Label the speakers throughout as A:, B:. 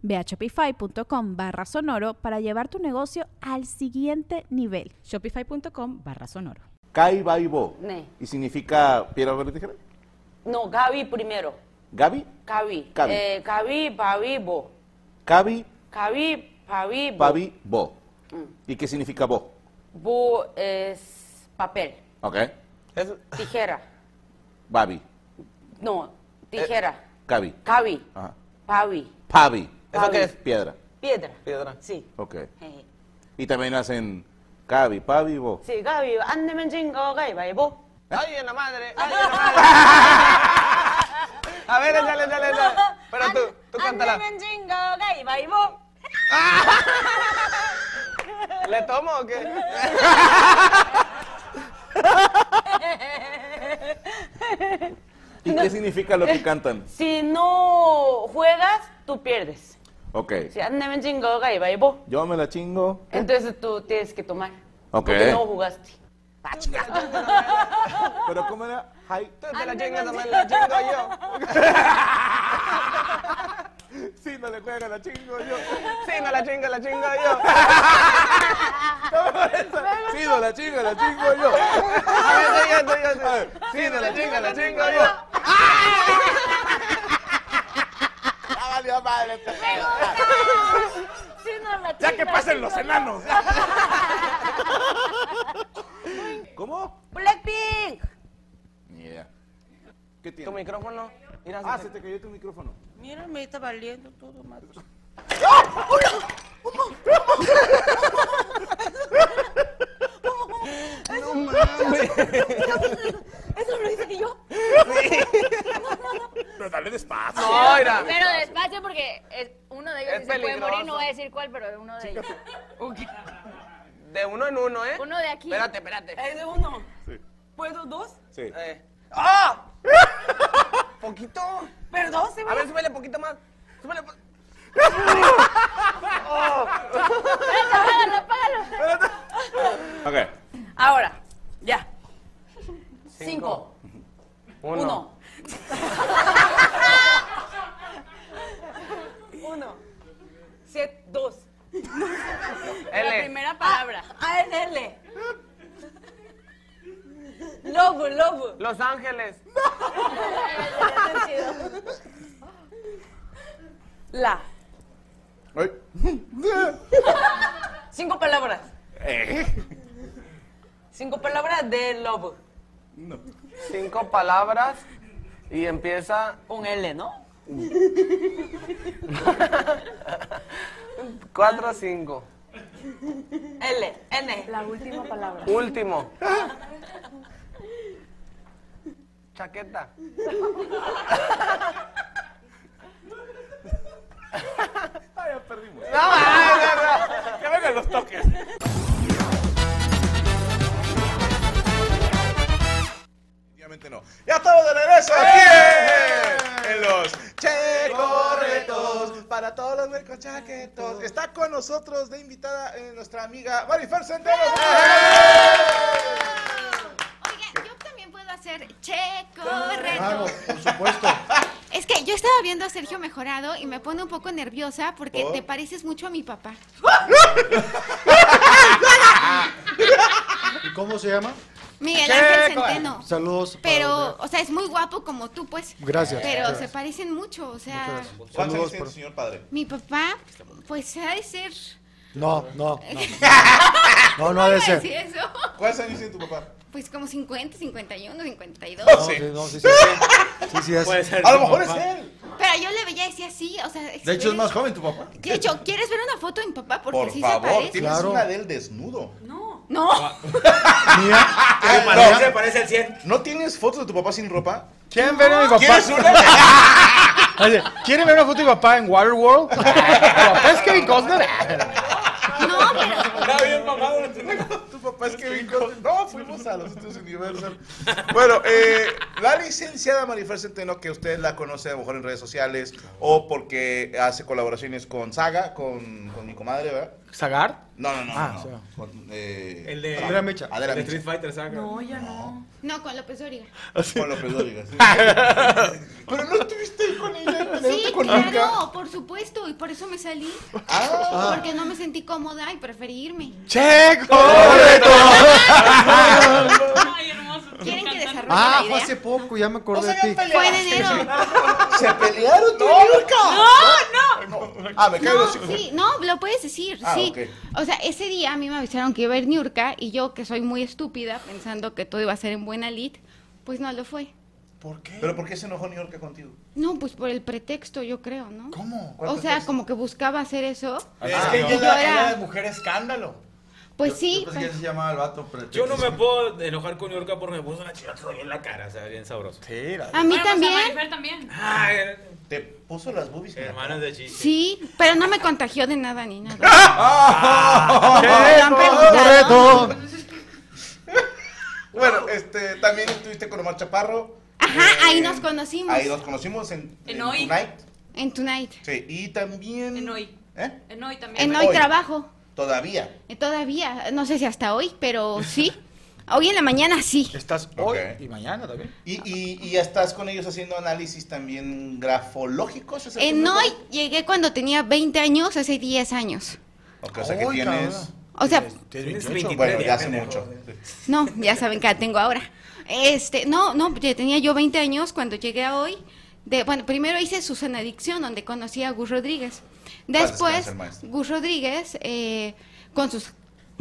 A: Ve a shopify.com barra sonoro para llevar tu negocio al siguiente nivel.
B: Shopify.com barra sonoro.
C: Kai Baibo.
D: Ne.
C: Y significa piedra, papel y tijera.
D: No, Gaby primero.
C: Gaby,
D: Cabi.
C: Cabi.
D: Eh, Cabi, Pavibo.
C: Cabi,
D: Cabi, Pavibo.
C: Pavi, Bo. ¿Y qué significa Bo?
D: Bu es papel.
C: Ok.
D: Tijera.
C: Babi,
D: No, tijera.
C: Cabi,
D: Cabi.
C: Ajá.
D: Pavi.
C: Pavi.
D: ¿Eso qué es?
C: Piedra.
D: Piedra.
E: Piedra.
D: Sí.
C: Ok.
D: Jeje.
C: Y también hacen Cabi, Pavi, Bo.
D: Sí, Gaby, ándeme chingo, Gaby, Pavibo.
E: ¡Ay, en la madre! ¡Ay, en la madre! A ver, échale, échale, échale. Pero tú, tú cántala.
D: Ándeme chingo, Gaby, Pavibo.
E: ¿Le tomo o qué?
C: ¿Y qué significa lo que cantan?
D: Si no juegas, tú pierdes.
C: Ok.
D: Si ándeme chingo, Gaby, Pavibo.
C: Yo me la chingo.
D: Entonces tú tienes que tomar.
C: Ok.
D: Porque no jugaste.
C: Pero ¿cómo era? Hi.
E: Tú te la chingas, también la chingo yo.
C: Sí, no le juega, la chingo yo.
E: Sí, no la chingo, la chingo yo.
C: Sí, no la chingo, la chingo yo.
E: A ver, sí, yo, sí,
C: A
E: yo,
C: ver,
E: sí. Sí, no la chingo, la chingo yo.
C: yo. Ya Ah, valió madre. esta mierda.
D: Sí, no la
C: Ya que pasen los enanos. ¿Cómo?
D: Blackpink.
C: Ni idea. ¿Qué
E: Tu
C: tiene?
E: micrófono. Mira,
C: Ah,
E: se
C: se
E: te-
C: te cayó tu micrófono.
D: Mira, me está valiendo todo, macho.
F: ¿Eso lo hice yo?
C: Pero dale despacio.
E: No, mira.
F: Pero despacio porque es- uno de ellos
E: Es
F: sí se puede morir,
E: peligroso.
F: no voy a decir cuál, pero es uno de ellos.
E: De uno en uno, ¿eh?
F: Uno de aquí.
E: Espérate, espérate.
D: Es de uno.
C: Sí.
D: ¿Puedo dos?
C: Sí.
E: Eh. ¡Ah! Poquito.
D: Pero dos se
E: A ver, súbele poquito más. Súbele. po-
C: Ok.
D: Ahora, ya. Cinco. Uno. Uno. Set, dos. La
E: L.
D: primera palabra. ANL. Lobo, lobo.
E: Los Ángeles.
D: La.
C: Ay.
D: Cinco palabras.
C: Eh.
D: Cinco palabras de lobo.
E: Cinco palabras y empieza
D: Con L, ¿no? Ah.
E: 4 5.
D: L, N. La última palabra.
E: Último. Chaqueta.
C: Ah, ya perdimos.
E: No, no, no.
C: Que vengan los toques. Obviamente no.
E: Ya estamos de regreso aquí
C: ¡Eh!
E: en los Che Corretos para todos los mercochaquetos. Está con nosotros de invitada eh, nuestra amiga Marifer Sendero.
G: Oiga, yo también puedo hacer che correcto. por supuesto. Es que yo estaba viendo a Sergio mejorado y me pone un poco nerviosa porque te pareces mucho a mi papá.
H: ¿Y cómo se llama?
G: Miguel
E: Che,
G: Ángel
E: co-
G: Centeno.
H: Saludos. para
G: Pero,
H: Andrea.
G: o sea, es muy guapo como tú, pues.
H: Gracias.
G: Pero se
H: Gracias.
G: parecen mucho, o sea,
H: Saludos. para-
C: señor padre?
G: mi papá, pues ha de ser.
H: No, no, no. No, no ha de
G: ¿Cómo
H: ser.
G: decir eso?
C: ¿Cuántos años tiene tu papá?
G: Pues como 50, 51, 52.
C: No,
H: No,
C: sí. Pues,
H: sí, no, sí, sí, sí. Sí, sí, es.
E: Puede ser.
C: A lo
E: tu
C: mejor es
E: papá.
C: él.
G: Pero yo le veía y decía sí, o sea.
H: De hecho, es
G: ¿quieres-
H: más joven tu papá.
G: De hecho, ¿quieres ver una foto de mi papá? Porque
C: Por
G: sí se
C: favor,
G: parece.
C: tienes
H: Claro.
C: una del desnudo.
D: No.
G: No.
H: Ah.
E: Ay,
C: Ah,
E: madre,
C: no.
E: se parece al 100.
C: ¿No tienes fotos de tu papá sin ropa?
H: ¿Quieren ver a mi papá?
C: ¿Quieres una?
H: Oye, ¿Quieren ver una foto de mi papá en Waterworld? ¿Tu papá es Kevin Costner?
G: No, pero.
E: Está bien, mamá. durante-
C: tu papá es Kevin Costner. No, fuimos a los estudios Universal. Bueno, eh, la licenciada Marifer Centeno, que usted la conoce a lo mejor en redes sociales o porque hace colaboraciones con Saga, con, con mi comadre, ¿verdad?
H: ¿Sagar?
C: No, no, no.
H: Ah,
C: no.
H: sí.
C: Con, eh,
E: El de
H: Andrea Mecha.
C: Adela
E: el de
C: Micha.
E: Street Fighter saca.
D: No, ya no.
G: No, con López Dóriga.
C: Con López Dóriga, Ah, sí. Pero no estuviste ahí con ella, peleándote
G: Sí,
C: con Luca.
G: claro, por supuesto. Y por eso me salí.
C: Ah.
G: Porque no me sentí cómoda y preferí irme.
H: ¡Che, correcto!
D: Ay, hermoso.
G: ¿Quieren que desarrolle
H: Ah,
G: la
H: fue
G: idea?
H: hace poco, ya me acordé de ti.
G: Fue en enero.
C: ¿Se pelearon tú y Luca? No, no. Ah, me cago en
G: No,
C: los hijos.
G: sí, no, lo puedes decir,
C: Ah,
G: sí.
C: ok.
G: O sea, ese día a mí me avisaron que iba a ir Niurka y yo, que soy muy estúpida, pensando que todo iba a ser en buena lid, pues no lo fue.
H: ¿Por qué?
C: ¿Pero por qué se enojó New York contigo?
G: No, pues por el pretexto, yo creo, ¿no?
H: ¿Cómo?
G: O sea, como que buscaba hacer eso.
C: Ah,
H: Es que
G: ella era- ella era
H: mujer escándalo.
G: Pues sí,
H: Yo pensé que se llamaba el vato, pero...
E: Yo no me puedo enojar con Yorka porque me puso una chica en la cara, o sea, bien sabroso.
H: Sí, la-
G: a
D: Bueno,
G: mí
D: pues, a
G: también.
D: Marifer también.
E: Ay,
C: Te puso las boobies. en la cara.
E: hermanas de chiste.
G: Sí, pero no me contagió de nada ni nada.
H: ¡Che,
G: han preguntado?
H: correcto!
C: Bueno, este, también estuviste con Omar Chaparro.
G: Ajá, ahí
C: Eh,
G: nos conocimos.
C: Ahí nos conocimos en,
D: En hoy.
C: Tonight.
G: En Tonight.
C: Sí, y también.
D: En hoy.
C: ¿Eh?
D: Eh, No, y también.
G: En
C: En
G: hoy
C: hoy.
G: trabajo.
C: Todavía.
G: eh, Todavía, no sé si hasta hoy, pero sí. Hoy en la mañana sí.
H: Estás hoy
C: Ok.
H: y mañana también.
C: Y, y, y ya estás con ellos haciendo análisis también grafológicos. ¿es el
G: En
C: término?
G: hoy llegué cuando tenía 20 años, hace 10 años.
C: Ok, o sea que
H: Ay,
C: tienes.
H: cabrón.
G: O sea,
E: Tienes
H: 28.
E: 23
C: Bueno, ya
E: días,
C: hace
E: pendejo.
C: mucho.
G: no, ya saben que tengo ahora. Este, no, no, ya tenía yo 20 años cuando llegué a hoy. De, bueno, primero hice Susana Adicción, donde conocí a Gus Rodríguez.
C: descanse
G: Después,
C: el maestro.
G: Gus Rodríguez, eh, con sus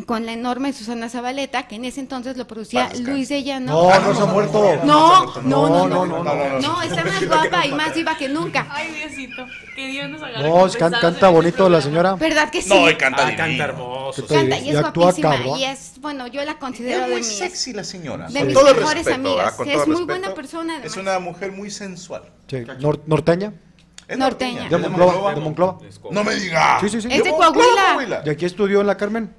G: con la enorme Susana Zabaleta, que en ese entonces lo producía
C: Paz descanse.
G: Luis de Llano.
H: No, no se ha muerto.
G: No, no, no, no,
H: no,
C: no,
G: No, está más guapa y más viva que nunca.
D: Ay, Diosito. Que Dios nos agarre.
H: No, es can-
D: confesados
H: canta
D: en
H: bonito
D: este programa.
H: la señora.
G: ¿Verdad que sí?
C: No, y canta
E: Ah,
C: divino.
E: canta hermoso.
H: ¿Qué
G: Canta
H: Sí,
G: y es
H: y actúa
G: guapísima
H: cabrón.
G: y es, bueno, yo la considero
C: Es
G: de
C: muy
G: mis...
C: sexy la señora.
G: de
C: Con
G: mis
C: todo el
G: mejores amigas.
C: ¿verdad? Con
G: Es
C: todo el
G: muy buena
C: respeto.
G: persona, además.
C: Es una mujer muy sensual.
H: Sí, nor- norteña.
C: Es
G: Norteña.
H: De Monclova. De Monclova.
C: No me digas.
H: Sí, sí, sí.
G: Es de
C: Monclova,
G: Coahuila.
H: Y aquí estudió en la Carmen.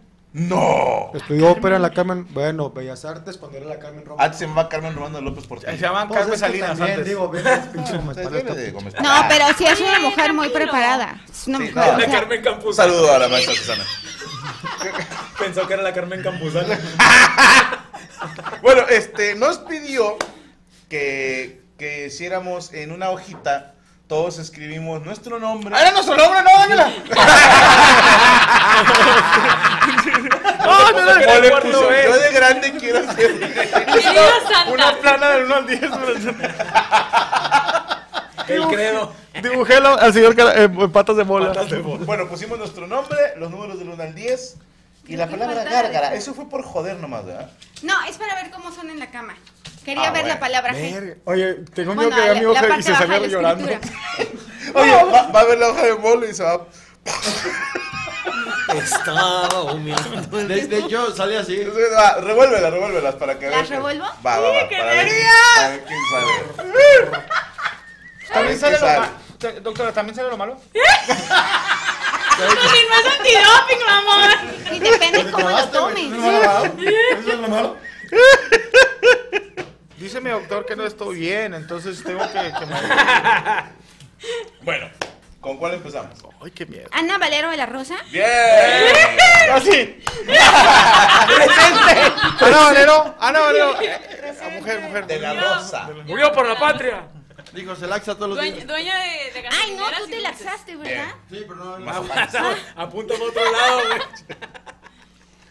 C: No.
H: Estudió ópera en la Carmen. Bueno, Bellas Artes cuando era la Carmen Roma.
C: Antes Ah, se llamaba Carmen Romano López por ti.
E: Se llaman Carmen Salinas antes.
H: Digo, ven, pinche Gómez
C: Ustedes
H: Paleta.
C: vienen de Gómez
G: No,
C: Palacio.
G: pero sí es una
D: Oye,
G: mujer muy
D: tranquilo.
G: preparada. Es una
C: Ah. Sí,
G: mujer,
C: no,
G: o
E: La
G: sea,
E: Carmen
C: Un
E: Campuzano.
C: saludo a la maestra Susana.
E: Pensó que era la Carmen Campuzano.
C: Bueno, este, nos pidió que, que hiciéramos en una hojita, todos escribimos nuestro nombre.
H: ¡Ah, ¡Era nuestro nombre, no, Daniela!
E: No, no, no.
C: Yo le
E: cuarto
C: puse,
H: eh.
E: B.
C: yo de grande quiero ser.
D: Querido Santa.
H: plana del 1 al 10.
E: El credo.
H: Dibujélo al señor
C: eh,
H: en patas de bola.
E: Patas de bola.
C: Bueno, pusimos nuestro nombre, los números del 1 al 10 y la
D: Creo que
C: palabra
D: faltaba
C: gárgara.
D: eso.
C: Eso fue por joder nomás, ¿verdad?
G: no, es para ver cómo son en la cama. Quería
C: Ah,
G: ver
C: bueno.
G: la palabra G.
H: Oye, tengo miedo
G: Bueno,
H: que
G: la-
H: vea mi
G: la
H: hoja y
G: parte
H: se
G: baja
H: salga
G: de la
H: llorando.
G: escritura.
C: Oye, va, va a ver la hoja de bolo y se va.
E: Estaba humillando.
H: De, de hecho, sale así.
C: Va, revuélvelas, revuélvelas para que
G: ¿Las
C: veas que-
G: revuelvo?
C: Va, va, va.
G: ¡Sí, qué
C: para ver-
G: nervios!
C: A ver quién sale. A ver
H: También
C: quién
H: sale lo
C: sale.
H: malo. Doctora, ¿también sale lo malo?
D: También más antidoping, mamón.
G: Y depende cómo lo tomes.
H: ¿Eso es lo malo? Dice mi doctor que no estoy bien, entonces tengo que...
C: Bueno, ¿con cuál empezamos?
H: Ay, qué miedo.
G: Ana Valero de la Rosa.
C: ¡Bien!
H: ¡Así! Ah, ¡Presente! Ana Valero, Ana Valero. Mujer, mujer.
C: De la rosa.
E: Murió por la patria.
H: Digo, se laxa todos
D: Dueña, dueña de, de
G: Ay, no,
D: gasolineras
G: tú
D: y
G: te
D: dulces.
G: laxaste, ¿verdad?
H: Sí, pero no...
C: Mazapanes.
E: Apunta a otro lado, güey.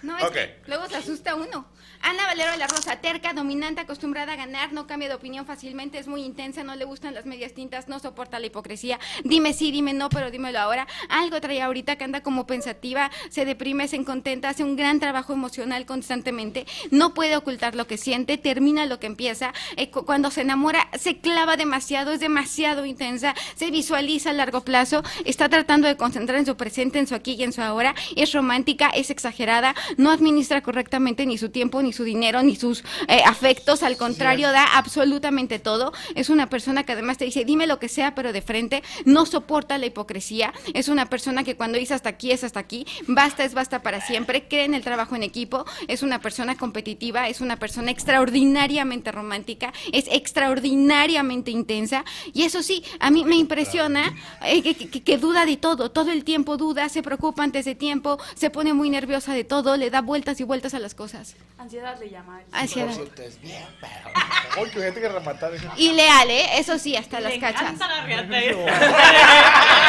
G: No, es
C: Ok.
G: que luego se asusta uno. Ana Valero de la Rosa, terca, dominante, acostumbrada a ganar, no cambia de opinión fácilmente, es muy intensa, no le gustan las medias tintas, no soporta la hipocresía. Dime sí, dime no, pero dímelo ahora. Algo trae ahorita que anda como pensativa, se deprime, se contenta, hace un gran trabajo emocional constantemente, no puede ocultar lo que siente, termina lo que empieza. eh, cu- cuando se enamora, se clava demasiado, es demasiado intensa, se visualiza a largo plazo, está tratando de concentrar en su presente, en su aquí y en su ahora, es romántica, es exagerada, no administra correctamente ni su tiempo, ni su dinero, ni sus eh, afectos, al contrario, da absolutamente todo. Es una persona que además te dice, dime lo que sea, pero de frente, no soporta la hipocresía, es una persona que cuando dice hasta aquí es hasta aquí, basta es basta para siempre, cree en el trabajo en equipo, es una persona competitiva, es una persona extraordinariamente romántica, es extraordinariamente intensa y eso sí, a mí me impresiona eh, que, que- que duda de todo, todo el tiempo duda, se preocupa antes de tiempo, se pone muy nerviosa de todo, le da vueltas y vueltas a las cosas.
D: Ansiedad le llama. a él.
G: Ansiedad.
C: es bien, pero. Oye, que gente que rematar. eso.
G: Y leal, ¿eh? eso sí, hasta las
D: Le
G: cachas.
D: encanta la riata. ¿eh?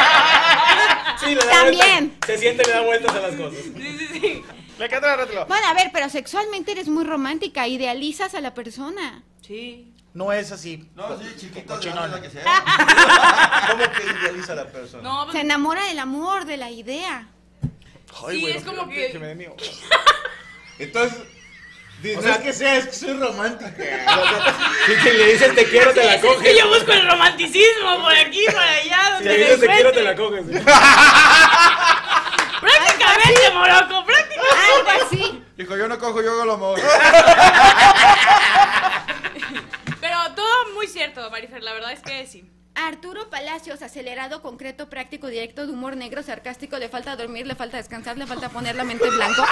E: Sí, le da
G: También.
E: vueltas. Se siente y le da vueltas a las cosas.
D: Sí, sí, sí.
C: Le encanta la retro.
G: Bueno, a ver, pero sexualmente eres muy romántica, idealizas a la persona.
D: Sí.
I: No es así.
J: No, sí, chiquito, de
I: Cochinón.
J: la que sea.
C: ¿Cómo que idealiza a la persona?
D: No,
G: Se
D: pues,
G: enamora del amor, de la idea.
D: sí, es como que...
C: me dé miedo.
J: Entonces, dices
C: O sea,
J: que sea, es que soy romántica.
E: Si que le dices te quiero, te la
D: Es
E: coges.
D: que yo busco el romanticismo por aquí, por allá,
E: Si
D: donde
E: le
D: me
E: dices te quiero, te
D: encuentre.
E: la coges.
D: Prácticamente, moroco, prácticamente.
G: Algo así.
J: Dijo, yo no cojo, yo hago lo mejor.
D: Pero todo muy cierto, Marifer, la verdad es que sí.
G: Arturo Palacios, acelerado, concreto, práctico, directo, de humor negro, sarcástico, le falta dormir, le falta descansar, le falta poner la mente en blanco.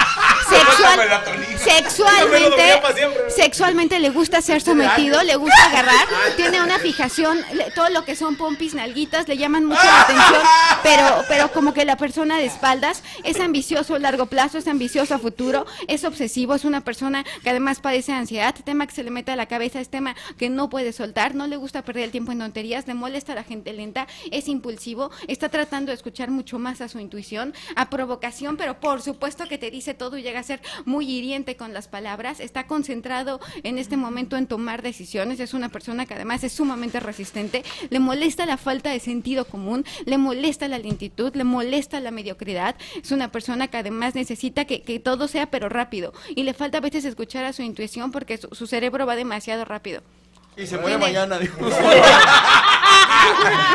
G: Sexual-
C: melatonina.
E: Yo me lo dormía
G: sexualmente,
E: pa' siempre.
G: sexualmente le gusta ser sometido, le gusta agarrar, tiene una fijación, le- todo lo que son pompis, nalguitas, le llaman mucho la atención, pero, pero como que la persona de espaldas es ambicioso a largo plazo, es ambicioso a futuro, es obsesivo, es una persona que además padece de ansiedad, tema que se le mete a la cabeza, es tema que no puede soltar, no le gusta perder el tiempo en tonterías, le molesta a la gente lenta, es impulsivo, está tratando de escuchar mucho más a su intuición, a provocación, pero por supuesto que te dice todo y llega a ser muy hiriente con las palabras, está concentrado en este momento en tomar decisiones, es una persona que además es sumamente resistente, le molesta la falta de sentido común, le molesta la lentitud, le molesta la mediocridad, es una persona que además necesita que, que todo sea pero rápido y le falta a veces escuchar a su intuición porque su- su cerebro va demasiado rápido.
J: Y se muere
G: Tiene-
J: mañana, dijo.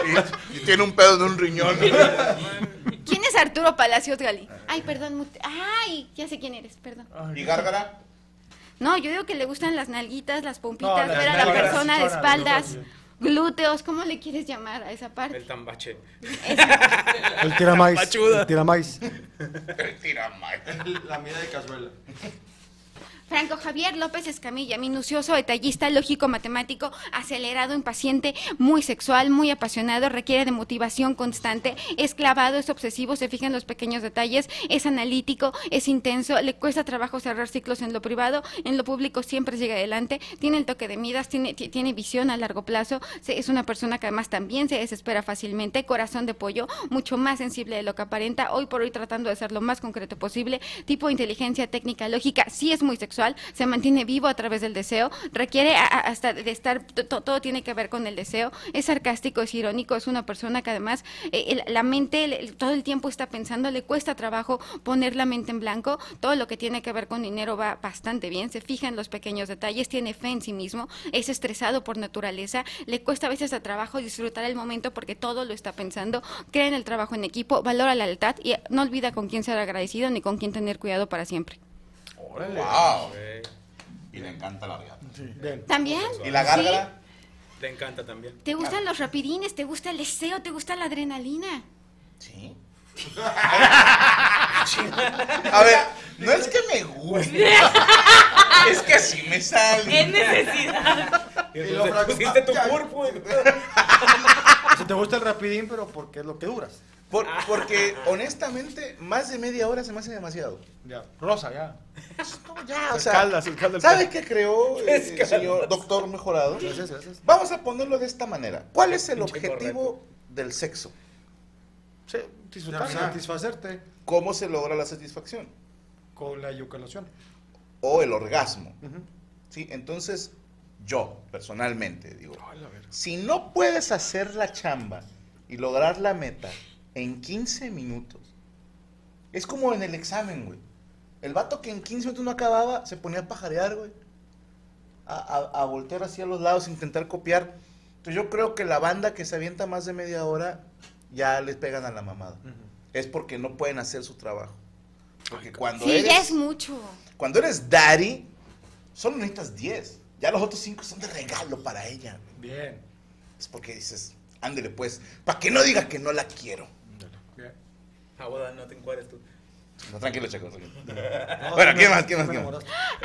C: Y, y tiene un pedo en un riñón.
G: ¿Quién es Arturo Palacios Gali? Ay, perdón, mute- ay, ya sé quién eres, perdón.
C: ¿Y gárgara?
G: No, yo digo que le gustan las nalguitas, las pompitas,
I: No, las
G: ver a la
I: nalgas,
G: persona de
I: choras,
G: espaldas,
I: choras,
G: glúteos, ¿cómo le quieres llamar a esa
E: El
G: parte?
E: tambache.
H: El tira maíz.
E: Pachuda.
H: El tira maíz.
C: Tira mal.
J: La mira de cazuela.
G: Franco Javier López Escamilla, minucioso, detallista, lógico, matemático, acelerado, impaciente, muy sexual, muy apasionado, requiere de motivación constante, es clavado, es obsesivo, se fija en los pequeños detalles, es analítico, es intenso, le cuesta trabajo cerrar ciclos en lo privado, en lo público siempre llega adelante, tiene el toque de midas, tiene, ti- tiene visión a largo plazo, se- es una persona que además también se desespera fácilmente, corazón de pollo, mucho más sensible de lo que aparenta, hoy por hoy tratando de ser lo más concreto posible, tipo inteligencia técnica, lógica, sí es muy sexual, se mantiene vivo a través del deseo, requiere a- a- hasta de estar, to- to- todo tiene que ver con el deseo, es sarcástico, es irónico, es una persona que además eh, el- la mente le- todo el tiempo está pensando, le cuesta trabajo poner la mente en blanco, todo lo que tiene que ver con dinero va bastante bien, se fija en los pequeños detalles, tiene fe en sí mismo, es estresado por naturaleza, le cuesta a veces a trabajo disfrutar el momento porque todo lo está pensando, cree en el trabajo en equipo, valora la lealtad y no olvida con quién ser agradecido ni con quién tener cuidado para siempre.
C: Wow. Y le encanta la riata.
G: También.
C: ¿Y la gárgara?
E: Te encanta también.
G: ¿Te gustan los rapidines? ¿Te gusta el deseo? ¿Te gusta la adrenalina?
C: Sí. A ver, no es que me guste. Es que así me
D: Es
C: sale.
D: necesidad.
E: Y
J: Y lo
E: entonces
J: fracas-
E: pusiste tu cuerpo.
H: Si te gusta el rapidín, pero porque es lo que duras.
C: Por- porque honestamente, más de media hora se me hace demasiado.
I: Ya. Rosa, ya.
C: No,
H: Ah,
C: ya, o
I: El
C: sea.
I: Caldas, el Caldas.
C: ¿Sabes qué creó eh,
E: Es
C: el señor doctor mejorado? Vamos a ponerlo de esta manera. ¿Cuál es el
E: Pinche
C: objetivo del sexo?
H: Sí, disfrutar,
J: Ya, ya.
H: satisfacerte
C: ¿Cómo se logra la satisfacción?
H: con la eyaculación.
C: o el orgasmo. ¿Sí? Entonces, yo, personalmente, digo, si no puedes hacer la chamba y lograr la meta en 15 minutos, es como en el examen, güey. El vato que en 15 minutos no acababa, se ponía a pajarear, güey. A, a- a voltear hacia los lados, intentar copiar. Entonces yo creo que la banda que se avienta más de media hora, ya les pegan a la mamada. Es porque no pueden hacer su trabajo. Porque cuando
G: sí,
C: eres...
G: ya es mucho.
C: Cuando eres daddy, solo necesitas 10. Ya los otros 5 son de regalo para ella.
H: Bien.
C: Es porque dices, ándele pues, para que no diga que no la quiero.
E: Aguada, no te encuadres tú.
C: No, tranquilo, Checo. tranquilo. bueno, ¿qué más? ¿Qué más? ¿Qué más?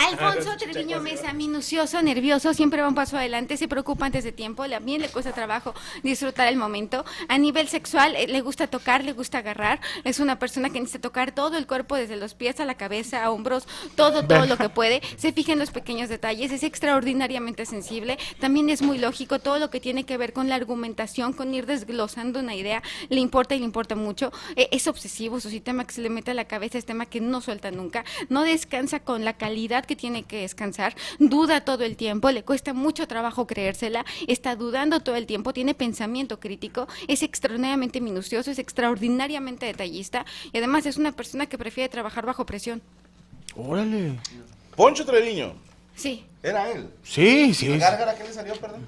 G: Alfonso Treviño Mesa, minucioso, nervioso, siempre va un paso adelante, se preocupa antes de tiempo, la miel le cuesta trabajo disfrutar el momento. A nivel sexual, eh, le gusta tocar, le gusta agarrar. Es una persona que necesita tocar todo el cuerpo, desde los pies a la cabeza, a hombros, todo, todo lo que puede. Se fija en los pequeños detalles, es extraordinariamente sensible. También es muy lógico todo lo que tiene que ver con la argumentación, con ir desglosando una idea. Le importa y le importa mucho. Eh, es obsesivo, su sistema que se le mete a la cabeza es tema que no suelta nunca. No descansa con la calidad que tiene que descansar. Duda todo el tiempo, le cuesta mucho trabajo creérsela. Está dudando todo el tiempo, tiene pensamiento crítico. Es extraordinariamente minucioso, es extraordinariamente detallista. Y además es una persona que prefiere trabajar bajo presión.
C: Órale. Poncho Treviño.
G: Sí.
C: Era él.
I: Sí, sí.
C: ¿La
I: sí.
C: gárgara qué le salió, perdón?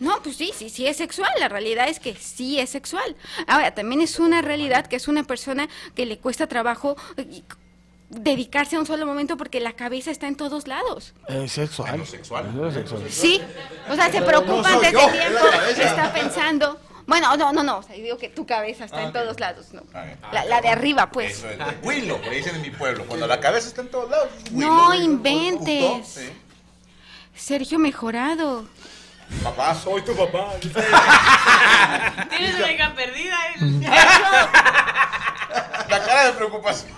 G: No, pues sí, sí, sí es sexual. La realidad es que sí es sexual. Ahora, también es una realidad que es una persona que le cuesta trabajo eh, y- dedicarse a un solo momento porque la cabeza está en todos lados.
I: Es sexual. Es lo sexual.
G: Sí, o sea, se preocupa
I: No soy
G: antes
I: yo,
G: de
I: es la
G: tiempo,
I: cabeza.
G: está pensando. Bueno, no, no, no, o sea, digo que tu cabeza
I: Ah,
G: está en todos lados, no. La, la de arriba, pues.
C: Eso es de Willow, le dicen en mi pueblo. Cuando la cabeza está en todos lados.
G: No
C: Willow.
G: inventes.
C: Sí.
G: Sergio Mejorado.
H: Ah,
C: Papá, soy tu papá.
D: Tienes una hija perdida, eh.
C: La cara de preocupación.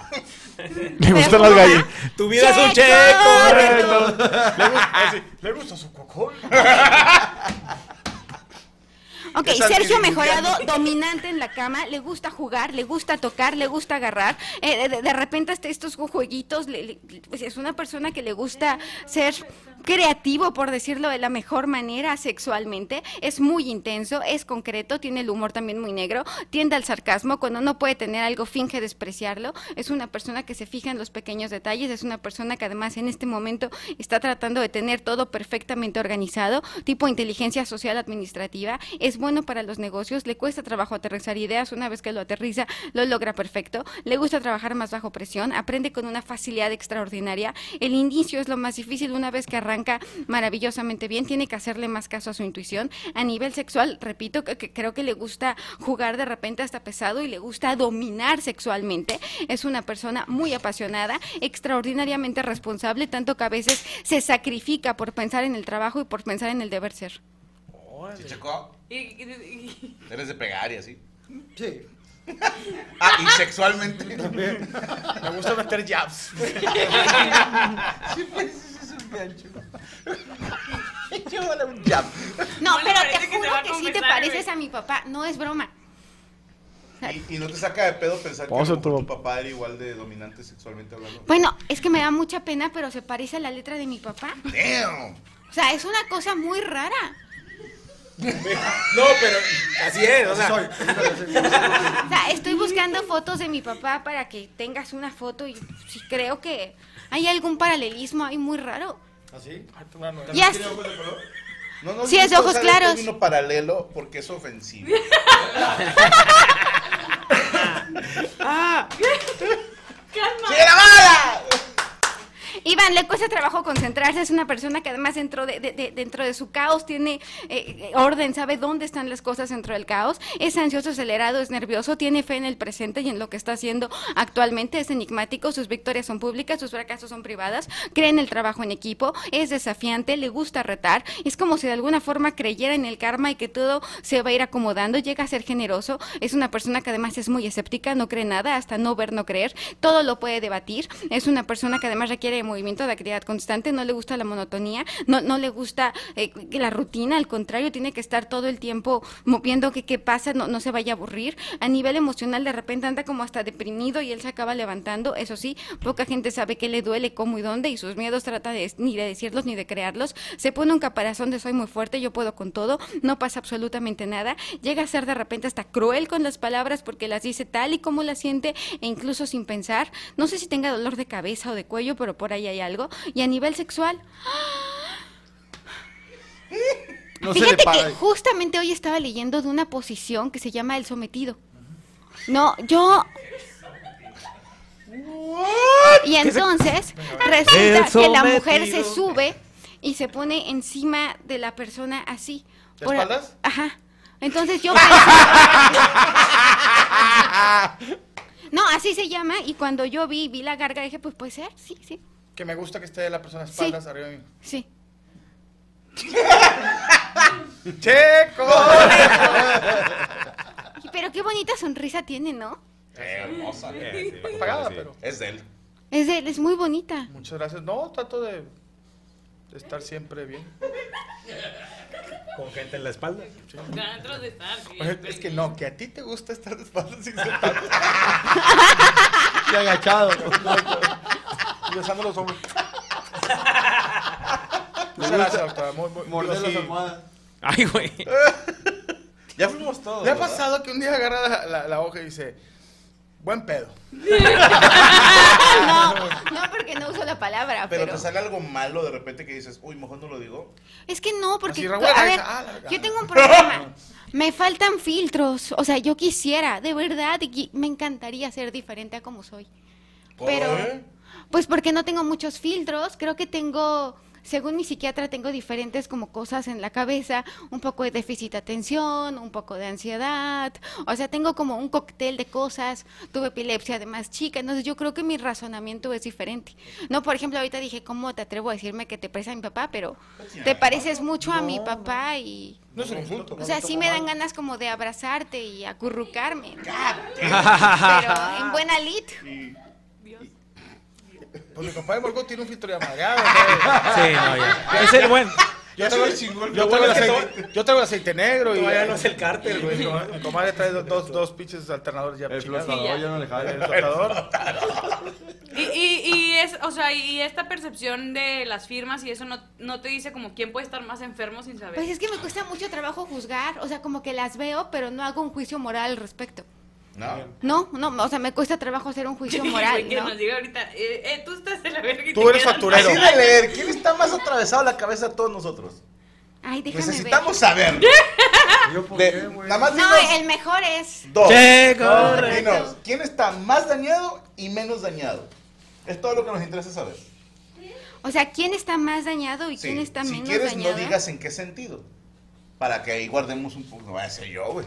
I: Le gustan las gallinas.
E: Tu
D: vida es un checo,
I: Le gusta- así, Le gusta su cocón.
G: Ok,
I: Es
G: Sergio
I: antidiluviano.
G: Mejorado, dominante en la cama, le gusta jugar, le gusta tocar, le gusta agarrar. Eh, de, de repente hasta estos jueguitos, le- le- pues es una persona que le gusta ser creativo, por decirlo de la mejor manera, sexualmente. Es muy intenso, es concreto, tiene el humor también muy negro, tiende al sarcasmo. Cuando no puede tener algo, finge despreciarlo. Es una persona que se fija en los pequeños detalles, es una persona que además en este momento está tratando de tener todo perfectamente organizado, tipo inteligencia social administrativa, es bueno para los negocios, le cuesta trabajo aterrizar ideas, una vez que lo aterriza lo logra perfecto, le gusta trabajar más bajo presión, aprende con una facilidad extraordinaria, el inicio es lo más difícil, una vez que arranca maravillosamente bien, tiene que hacerle más caso a su intuición, a nivel sexual, repito, que, que creo que le gusta jugar de repente hasta pesado y le gusta dominar sexualmente, es una persona muy apasionada, extraordinariamente responsable, tanto que a veces se sacrifica por pensar en el trabajo y por pensar en el deber ser.
C: Sí, Checo,
D: Y, y-
C: eres de pegar y así.
H: Sí.
C: Ah, y sexualmente.
H: También. Me gusta meter jabs.
C: Sí, pues, ese es un gancho. Llévala un jab.
G: No,
D: No le
G: pero
D: parece
G: te
D: que se
G: juro
D: va a
G: que sí te
D: confesar,
G: pareces a mi papá, no es broma.
C: Y, y no te saca de pedo pensar que a lo
I: Pausa
C: mejor tu papá era igual de dominante sexualmente hablando.
G: Bueno, es que me da mucha pena, pero se parece a la letra de mi papá.
C: Damn.
G: O sea, es una cosa muy rara.
E: No, pero así es, o sea.
G: O sea, estoy buscando fotos de mi papá para que tengas una foto y sí creo que hay algún paralelismo ahí muy raro.
H: ¿Así?
G: Y así-
C: No, no,
G: Sí, es de
C: no
G: ojos
C: usar el
G: claros.
C: término paralelo porque es ofensivo.
D: ¡Calma!
G: Iván, le cuesta trabajo concentrarse, es una persona que además dentro de, de- de- dentro de su caos tiene eh, eh, orden, sabe dónde están las cosas dentro del caos, es ansioso, acelerado, es nervioso, tiene fe en el presente y en lo que está haciendo actualmente, es enigmático, sus victorias son públicas, sus fracasos son privadas, cree en el trabajo en equipo, es desafiante, le gusta retar, es como si de alguna forma creyera en el karma y que todo se va a ir acomodando, llega a ser generoso, es una persona que además es muy escéptica, no cree nada, hasta no ver, no creer, todo lo puede debatir, es una persona que además requiere de movimiento movimiento, de actividad constante, no le gusta la monotonía, no, no le gusta eh, la rutina, al contrario, tiene que estar todo el tiempo moviendo que qué pasa, no, no se vaya a aburrir. A nivel emocional, de repente anda como hasta deprimido y él se acaba levantando, eso sí, poca gente sabe qué le duele, cómo y dónde, y sus miedos trata de ni de decirlos ni de crearlos. Se pone un caparazón de soy muy fuerte, yo puedo con todo, no pasa absolutamente nada. Llega a ser de repente hasta cruel con las palabras porque las dice tal y como las siente e incluso sin pensar. No sé si tenga dolor de cabeza o de cuello, pero por ahí hay algo. Y a nivel sexual,
H: No se le
G: Fíjate
H: para.
G: que justamente hoy estaba leyendo de una posición que se llama el sometido. No, yo. Y entonces
F: El
G: resulta que la mujer se
F: sometido.
G: sube y se pone encima de la persona así.
F: ¿De
G: Por-
F: espaldas?
G: Ajá. Entonces yo pensé- No, así se llama y cuando yo vi vi la garga dije, pues puede ser, sí, sí,
H: Que me gusta que esté la persona a espaldas arriba de mí.
G: sí.
H: ¡Checo!
G: Y- Pero qué bonita sonrisa tiene, ¿no?
C: hermosa.
H: Pagada, pero.
C: Es de él.
G: Es de- es muy bonita.
H: Muchas gracias. No, trato de, de estar siempre bien.
E: Con gente en la espalda.
K: Dentro de estar
H: Oye,
K: bien.
H: Es que no, que a ti te gusta estar de espaldas sin sentado.
J: Y agachado.
H: Besando los hombros.
C: Me
H: Muchas
C: gusta
H: gracias, doctora. Muy, muy,
J: morder
H: digo,
J: las
H: sí.
J: almohadas.
E: Ay, güey.
H: ya fuimos todos. ¿Le ha pasado que un día agarra la, la- la hoja y dice, buen pedo?
G: No, no porque no uso la palabra,
C: Pero
G: pero,
C: te sale algo malo de repente que dices, uy, mejor no lo digo.
G: es que no porque
C: Así,
G: a
C: revuelve,
G: ver,
C: ah, la verga.
G: yo tengo un problema. Me faltan filtros, o sea, yo quisiera, de verdad, y qui- me encantaría ser diferente a como soy. Pero pues porque no tengo muchos filtros, creo que tengo según mi psiquiatra tengo diferentes como cosas en la cabeza, un poco de déficit de atención, un poco de ansiedad, o sea, tengo como un cóctel de cosas, tuve epilepsia además chica, entonces yo creo que mi razonamiento es diferente. No, por ejemplo, ahorita dije, ¿cómo te atrevo a decirme que te parece a mi papá? Pero te pareces mucho a mi papá y...
H: No es un insulto.
G: O sea, sí me dan ganas como de abrazarte y acurrucarme. ¿no? Pero en buena lit.
H: Pues mi papá de Morgot tiene un filtro de amargado.
E: Sí, no, ya. Es el buen.
H: Yo
E: Ya
H: traigo,
E: se le chingó el
H: yo,
E: filtro.
H: traigo el
E: Es que
H: aceite, yo traigo el aceite negro y.
E: Todavía no es el cárter, güey.
H: Mi comadre trae dos, dos, dos pinches alternadores ya. El
J: flotador ya no le jala.
H: El flotador.
K: Y, y, y es, o sea, y esta percepción de las firmas y eso no, no te dice como quién puede estar más enfermo sin saber.
G: Pues es que me cuesta mucho trabajo juzgar, o sea, como que las veo, pero no hago un juicio moral al respecto.
C: No.
G: No, no, o sea, me cuesta trabajo hacer un juicio moral,
K: Güey, que
G: ¿no?
K: nos diga ahorita, eh, eh, tú estás en la verga y
C: Tú
K: te
C: eres
K: quedas-
C: facturero. Así de leer, ¿quién está más atravesado la cabeza de todos nosotros?
G: Ay, déjame
C: Necesitamos
G: ver.
C: saber. De- nada más dinos
G: No, el mejor es.
C: dos.
E: Che,
C: Dos.
E: correcto.
C: Dinos, ¿quién está más dañado y menos dañado? Es todo lo que nos interesa saber.
G: O sea, ¿quién está más dañado y
C: Sí,
G: quién está
C: si
G: menos
C: quieres,
G: dañado?
C: no digas en qué sentido. Para que ahí guardemos un poco. No vaya a ser yo, güey.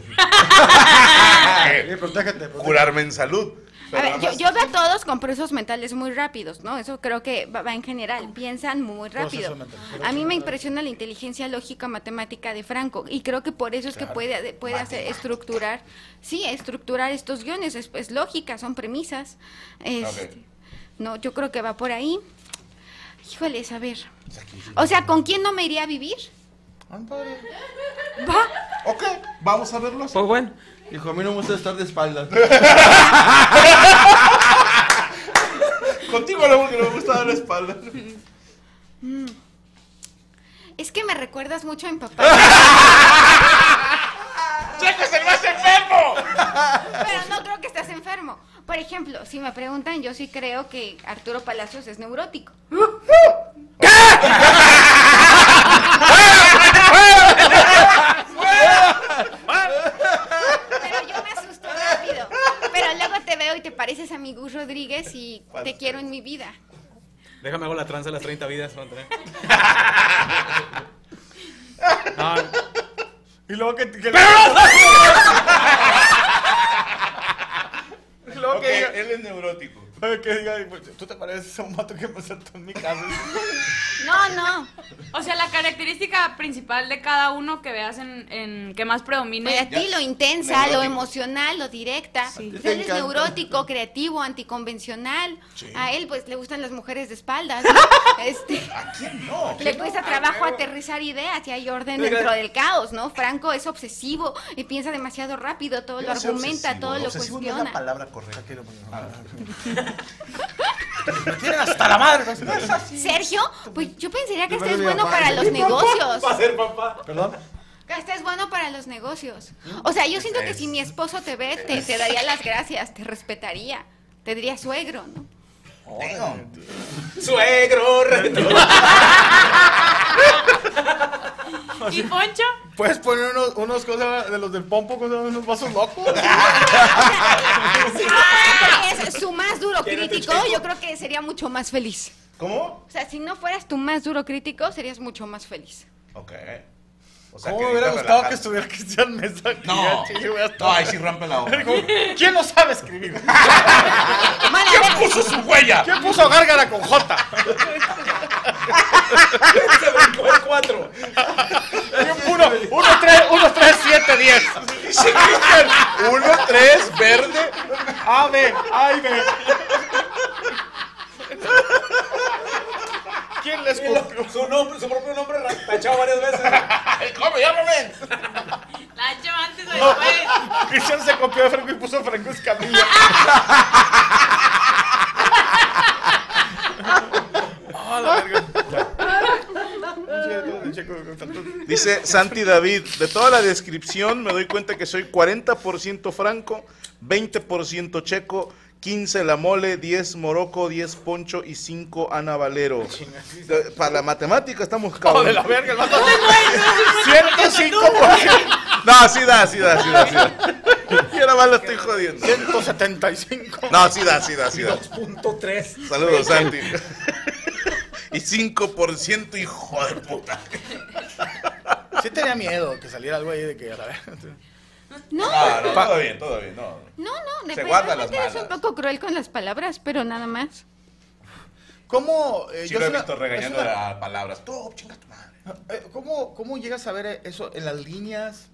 C: Curarme en salud.
G: A
C: Pero
G: ver,
C: nada
G: yo,
C: más-
G: yo veo a todos con procesos mentales muy rápidos, ¿no? Eso creo que va, va en general, piensan muy rápido.
F: Procesos mentales.
G: A mí me impresiona la inteligencia lógica matemática de Franco y creo que por eso es
F: Claro.
G: que puede, puede hacer estructurar, sí, estructurar estos guiones, es, es lógica, son premisas. Este, No, yo creo que va por ahí. Híjoles, a ver. O sea, ¿con quién no me iría a vivir? Va.
C: Ok, vamos a verlo.
E: Pues bueno.
J: Hijo, a mí no me gusta estar de espaldas.
C: Contigo lo que me gusta dar la espalda.
G: Mm. Es que me recuerdas mucho a mi papá.
C: ¡Checo es el más enfermo!
G: Pero no creo que estás enfermo. Por ejemplo, si me preguntan, yo sí creo que Arturo Palacios es neurótico. Pero yo me asusto rápido. Pero luego te veo y te pareces a mi Gus Rodríguez y te quiero en mi vida.
E: Déjame hago la tranza de las 30 vidas. ¿no? No,
H: Y luego que. que- Y luego
C: Ok,
H: que diga.
C: él es neurótico.
H: pues, Que diga, tú te pareces a un vato que pasó en mi casa.
K: No, no. O sea, la característica principal de cada uno que veas en, en- que más predomine.
G: Para ti lo intensa, lo emocional, lo directa.
K: Sí.
G: Él
K: Te
G: es
K: encanta.
G: neurótico, creativo, anticonvencional.
K: Sí.
G: A él pues le gustan las mujeres de espaldas. Este,
H: Ah,
G: Le cuesta trabajo aterrizar ideas y hay orden
F: Oiga.
G: dentro del caos, ¿no? Franco es obsesivo y piensa demasiado rápido, todo lo
C: Debe ser
G: argumenta,
C: obsesivo.
G: todo lo
C: Obsesivo no es la
G: cuestiona.
C: palabra correcta. Ah.
H: Tienen hasta la madre.
G: Sergio, pues yo pensaría que este
H: Primero
G: es
H: mi
G: bueno
H: papá.
G: para los negocios.
H: Va a ser papá. Perdón.
G: Que Este es bueno para los negocios. O sea, yo siento que si mi esposo te ve, te, te daría las gracias, te respetaría. Te diría suegro, ¿no?
E: Suegro, reto.
K: ¿Y Poncho?
H: Puedes poner unos, unos cosas de los del pompo, cosas, unos vasos locos.
G: Que Ah, es su más duro
H: Quédate,
G: crítico,
H: chico.
G: yo creo que sería mucho más feliz.
C: ¿Cómo?
G: O sea, si no fueras tu más duro crítico, serías mucho más feliz.
C: Ok. O
H: ¿Cómo me hubiera gustado que estuviera Cristian Mesa? aquí,
C: No.
H: ya, chico, ya está.
C: No, ahí sí rompe la hoja.
H: Como, ¿Quién no sabe escribir?
G: ¿Quién
C: puso su huella?
H: ¿Quién puso gárgara con J?
E: Se brincó el 4.
H: 1, 1, 3, 1, 3, 7, 10.
C: Dice Cristian, 1, 3, verde.
H: A, B, A y B. ¿Quién le escupió?
E: Su, nombre, su propio nombre tachado varias veces.
H: ¿Cómo llámame?
K: Nacho antes o
H: No,
K: después.
H: Cristian se copió de Franco y puso Franco Escamilla. Ah, la verga.
C: Dice Santi David, de toda la descripción me doy cuenta que soy 40% franco, 20% checo, 15 la mole, 10 moroco, 10 poncho y 5 Ana Valero. De- Para la matemática estamos
H: Oh,
C: cabros.
H: de la verga, el vato. 105%.
C: No, Ah, sí da, sí da, sí da, sí da. Yo nada más lo estoy jodiendo.
H: 175.
C: No, sí da, sí da, sí da.
E: 2.3.
C: Saludos, Santi. Y 5%, hijo de puta.
H: Sí tenía miedo que saliera algo ahí de que a la verga.
G: No,
C: No, no, todo bien, todo bien. No.
H: Eh,
G: no, no.
C: Ah. Se
G: de-
C: guarda las
G: realmente eres un poco cruel con las palabras, pero nada más.
H: ¿Cómo? eh,
C: Sí
H: yo
C: lo he
H: es una-
C: visto regañando
H: es una-
C: a palabras. Tú, chinga tu madre.
H: Eh, ¿Cómo, ¿Cómo llegas a ver eso en las líneas?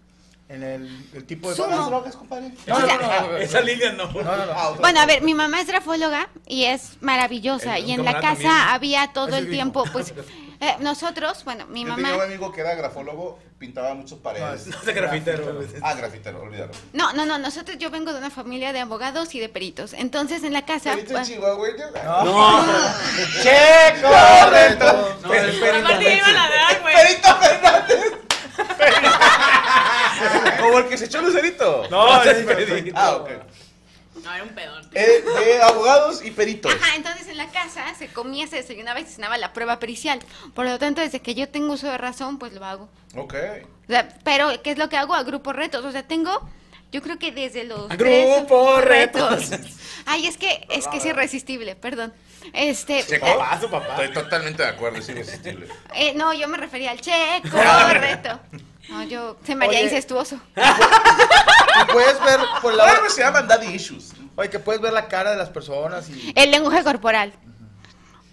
H: En el, el tipo de.
G: Sumo.
H: drogas, compadre? No, no, no, no, no.
E: Esa línea no.
H: no,
C: Ah,
H: no.
G: Bueno, a ver, mi mamá es grafóloga y es maravillosa.
C: El- un
G: y en la casa
C: camarada también.
G: había todo
C: Ese
G: el
C: dijo.
G: tiempo, pues eh, nosotros, bueno, mi
C: Yo tenía un
G: mamá.
C: amigo que era grafólogo, pintaba muchas paredes.
E: No, es grafitero.
C: Ah, grafitero, olvídalo.
G: No, no, no, nosotros yo vengo de una familia de abogados y de peritos. Entonces en la casa.
C: ¿Perito
G: bueno,
C: chihuahueño?
E: No.
H: ¡Che, correcto!
E: No, el perito.
C: ¡Perito Fernández! Como el que se echó Lucerito.
H: No,
C: es
H: es
C: perito. Ah, ok.
K: No, era un pedón.
C: Eh, de abogados y peritos.
G: Ajá, entonces en la casa se comía, se desayunaba y se cenaba la prueba pericial. Por lo tanto, desde que yo tengo uso de razón, pues lo hago.
C: Ok.
G: O sea, pero, ¿qué es lo que hago? Agrupo retos. O sea, tengo, yo creo que desde los. tres o
E: Grupo
G: cuatro
E: retos.
G: Ay, es que es que es irresistible, perdón. Este.
C: Su papá, su papá. Estoy totalmente de acuerdo, es irresistible.
G: eh, no, yo me refería al checo, reto. No, yo se me haría
H: Oye.
G: incestuoso.
H: Y puedes ver por la.
C: Ahora pues, se llaman daddy issues.
H: Oye, que puedes ver la cara de las personas y.
K: Eh,
G: El lenguaje corporal.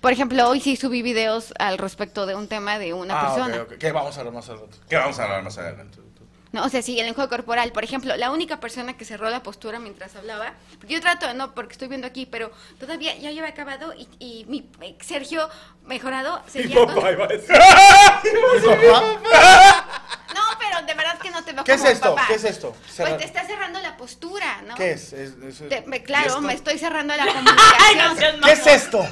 G: Por ejemplo, hoy sí subí videos al respecto de un tema de una
H: Ah, ok,
G: persona.
H: ok. Que vamos a hablar más al rato.
C: Que vamos a hablar más adelante.
G: No, o sea, sí, el lenguaje corporal. Por ejemplo, la única persona que cerró la postura mientras hablaba, porque yo trato, de no, porque estoy viendo aquí, pero todavía ya lleva acabado y, y mi eh, Sergio mejorado seguía con-
E: iba a
C: Pues,
E: decir.
G: No, pero de verdad que no te veo
H: ¿Qué es
G: como un
H: esto?
G: papá.
H: ¿Qué es esto?
G: Pues
H: Cerrar-
G: te está cerrando la postura, ¿no?
H: ¿Qué es? Es- es- es-
G: Te- me-
H: ¿Y esto?
G: claro, me estoy cerrando la comunicación.
H: ¿Qué es esto?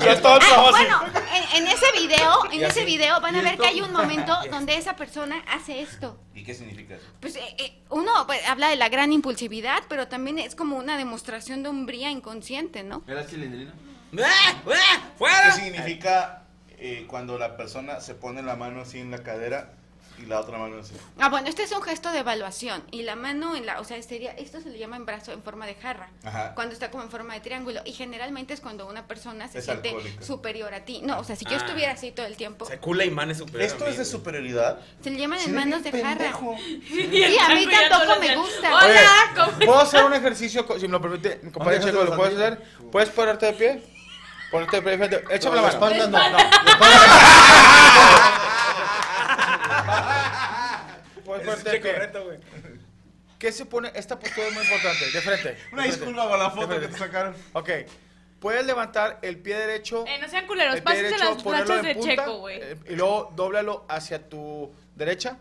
H: Ya todo el trabajo
G: Ah,
H: así.
G: bueno, en, en ese video, en
C: Y así.
G: ese video van
C: ¿Y
G: a ver que
C: esto?
G: hay un momento
C: Y
G: donde esa persona hace esto.
C: ¿Y qué significa eso?
G: Pues eh, eh, uno pues, habla de la gran impulsividad, pero también es como una demostración de hombría inconsciente, ¿no?
J: ¿Era cilindrina?
C: ¡Ah! ¿Qué significa eh, cuando la persona se pone la mano así en la cadera y la otra mano así?
G: Ah, bueno, este es un gesto de evaluación y la mano en la, o sea, sería, esto se le llama en brazo en forma de jarra,
C: Ajá.
G: cuando está como en forma de triángulo y generalmente es cuando una persona se
C: Es
G: siente
C: alcohólica.
G: superior a ti. No, o sea, si yo
E: Ah.
G: estuviera así todo el tiempo, se,
E: Cula imanes superior.
C: ¿Esto es de superioridad?
G: le llaman
C: Se
G: en
C: ve
G: manos de
C: bien
G: jarra.
C: pendejo.
G: Y a mí tampoco me gusta.
H: Oye, ¿Puedo hacer un ejercicio, co- si me lo permite, mi
C: ¿Dónde
H: compadre
C: dejaste
H: Checo,
C: los
H: lo puedes hacer? ¿Puedes pararte de pie? Ponte perfecto. Échame la
I: la
H: mano.
I: espalda no, no.
H: Ah, Pues
E: Es
H: ponte
E: pinche
H: que-
E: correcto, güey.
H: ¿Qué se pone? Esta postura es muy importante. De frente.
C: Una
H: De frente.
C: disculpa por la foto
H: De
C: que
H: frente. Ok. Puedes levantar el pie derecho.
K: Eh, no sean culeros,
H: el pie
K: pásense
H: derecho,
K: las
H: ponerlo
K: flachas
H: en
K: de
H: punta,
K: Checo, güey.
H: eh, Y luego dóblalo hacia tu derecha.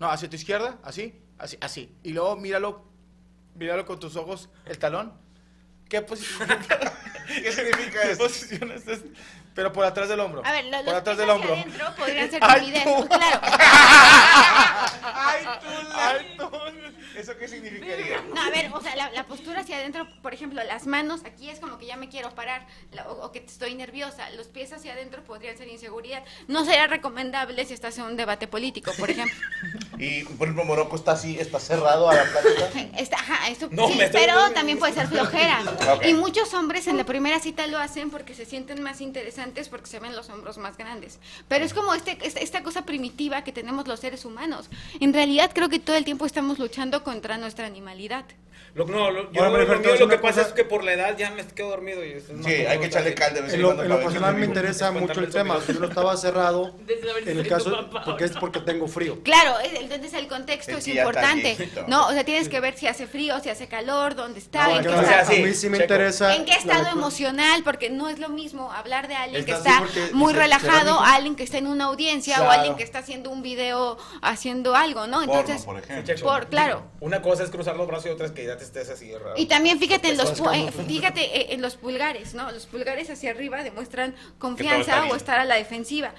H: No, hacia tu izquierda. Así, así, así. Y luego míralo, míralo con tus ojos, el talón. ¿Qué, posición?
C: ¿Qué significa
H: eso? posición es esta? Pero por atrás del hombro.
G: A ver, lo- los
H: por atrás
G: pies
H: del
G: hacia
H: hombro.
G: adentro podrían ser
H: Ay,
G: comideros,
H: tú.
G: claro.
C: ¡Ay, tú! ¡Ay, tú! ¿Eso qué significaría?
G: No, a ver, o sea, la, la postura hacia adentro, por ejemplo, las manos, aquí es como que ya me quiero parar la- o, o que estoy nerviosa. Los pies hacia adentro podrían ser inseguridad. No será recomendable si estás en un debate político, por ejemplo.
C: Y por ejemplo, Morocco está así, está cerrado a la plática.
G: Está- Este, ajá, eso-
C: No,
G: sí,
C: me estoy
G: pero
C: poniendo-
G: también puede ser flojera.
C: Ok.
G: Y muchos hombres en la primera cita lo hacen porque se sienten más interesantes porque se ven los hombros más grandes. Pero es como este, esta, esta cosa primitiva que tenemos los seres humanos. En realidad creo que todo el tiempo estamos luchando contra nuestra animalidad.
E: Lo, no, lo,
I: Ahora,
E: yo no, lo,
I: Marifer, te voy a
E: mío,
I: decir
E: lo que
I: una
E: pasa
I: cosa-
E: es que por la edad ya me quedo dormido. Y eso es más
C: Sí, hay que
E: complicado.
C: echarle caldo de vez
I: En lo, en lo personal me interesa mucho el tema. Yo lo estaba cerrado en el caso porque es porque tengo frío.
G: Claro, es- entonces el contexto
I: Es
G: es
I: que ya está
G: importante.
I: viejito.
G: No, o sea, tienes que ver si hace frío, si hace calor, dónde está,
I: No,
G: en,
I: yo
G: qué
I: no-
G: está-
I: a mí sí me interesa.
G: en qué
I: la
G: estado
I: lectura.
G: emocional, porque no es lo mismo hablar de alguien que
I: Está así
G: está
I: porque
G: muy
I: se-
G: relajado,
I: será mi-
G: a alguien que está en una audiencia o
E: Claro.
G: alguien que está haciendo un video haciendo algo, ¿no? Entonces, por- claro.
E: Una cosa es cruzar los brazos y otra es que ya te estés así. raro.
G: Y también fíjate en los
E: Estás
G: pu-
E: como-
G: eh, fíjate eh, en los pulgares, ¿no? Los pulgares hacia arriba demuestran
E: está
G: confianza o
E: bien.
G: estar a la defensiva.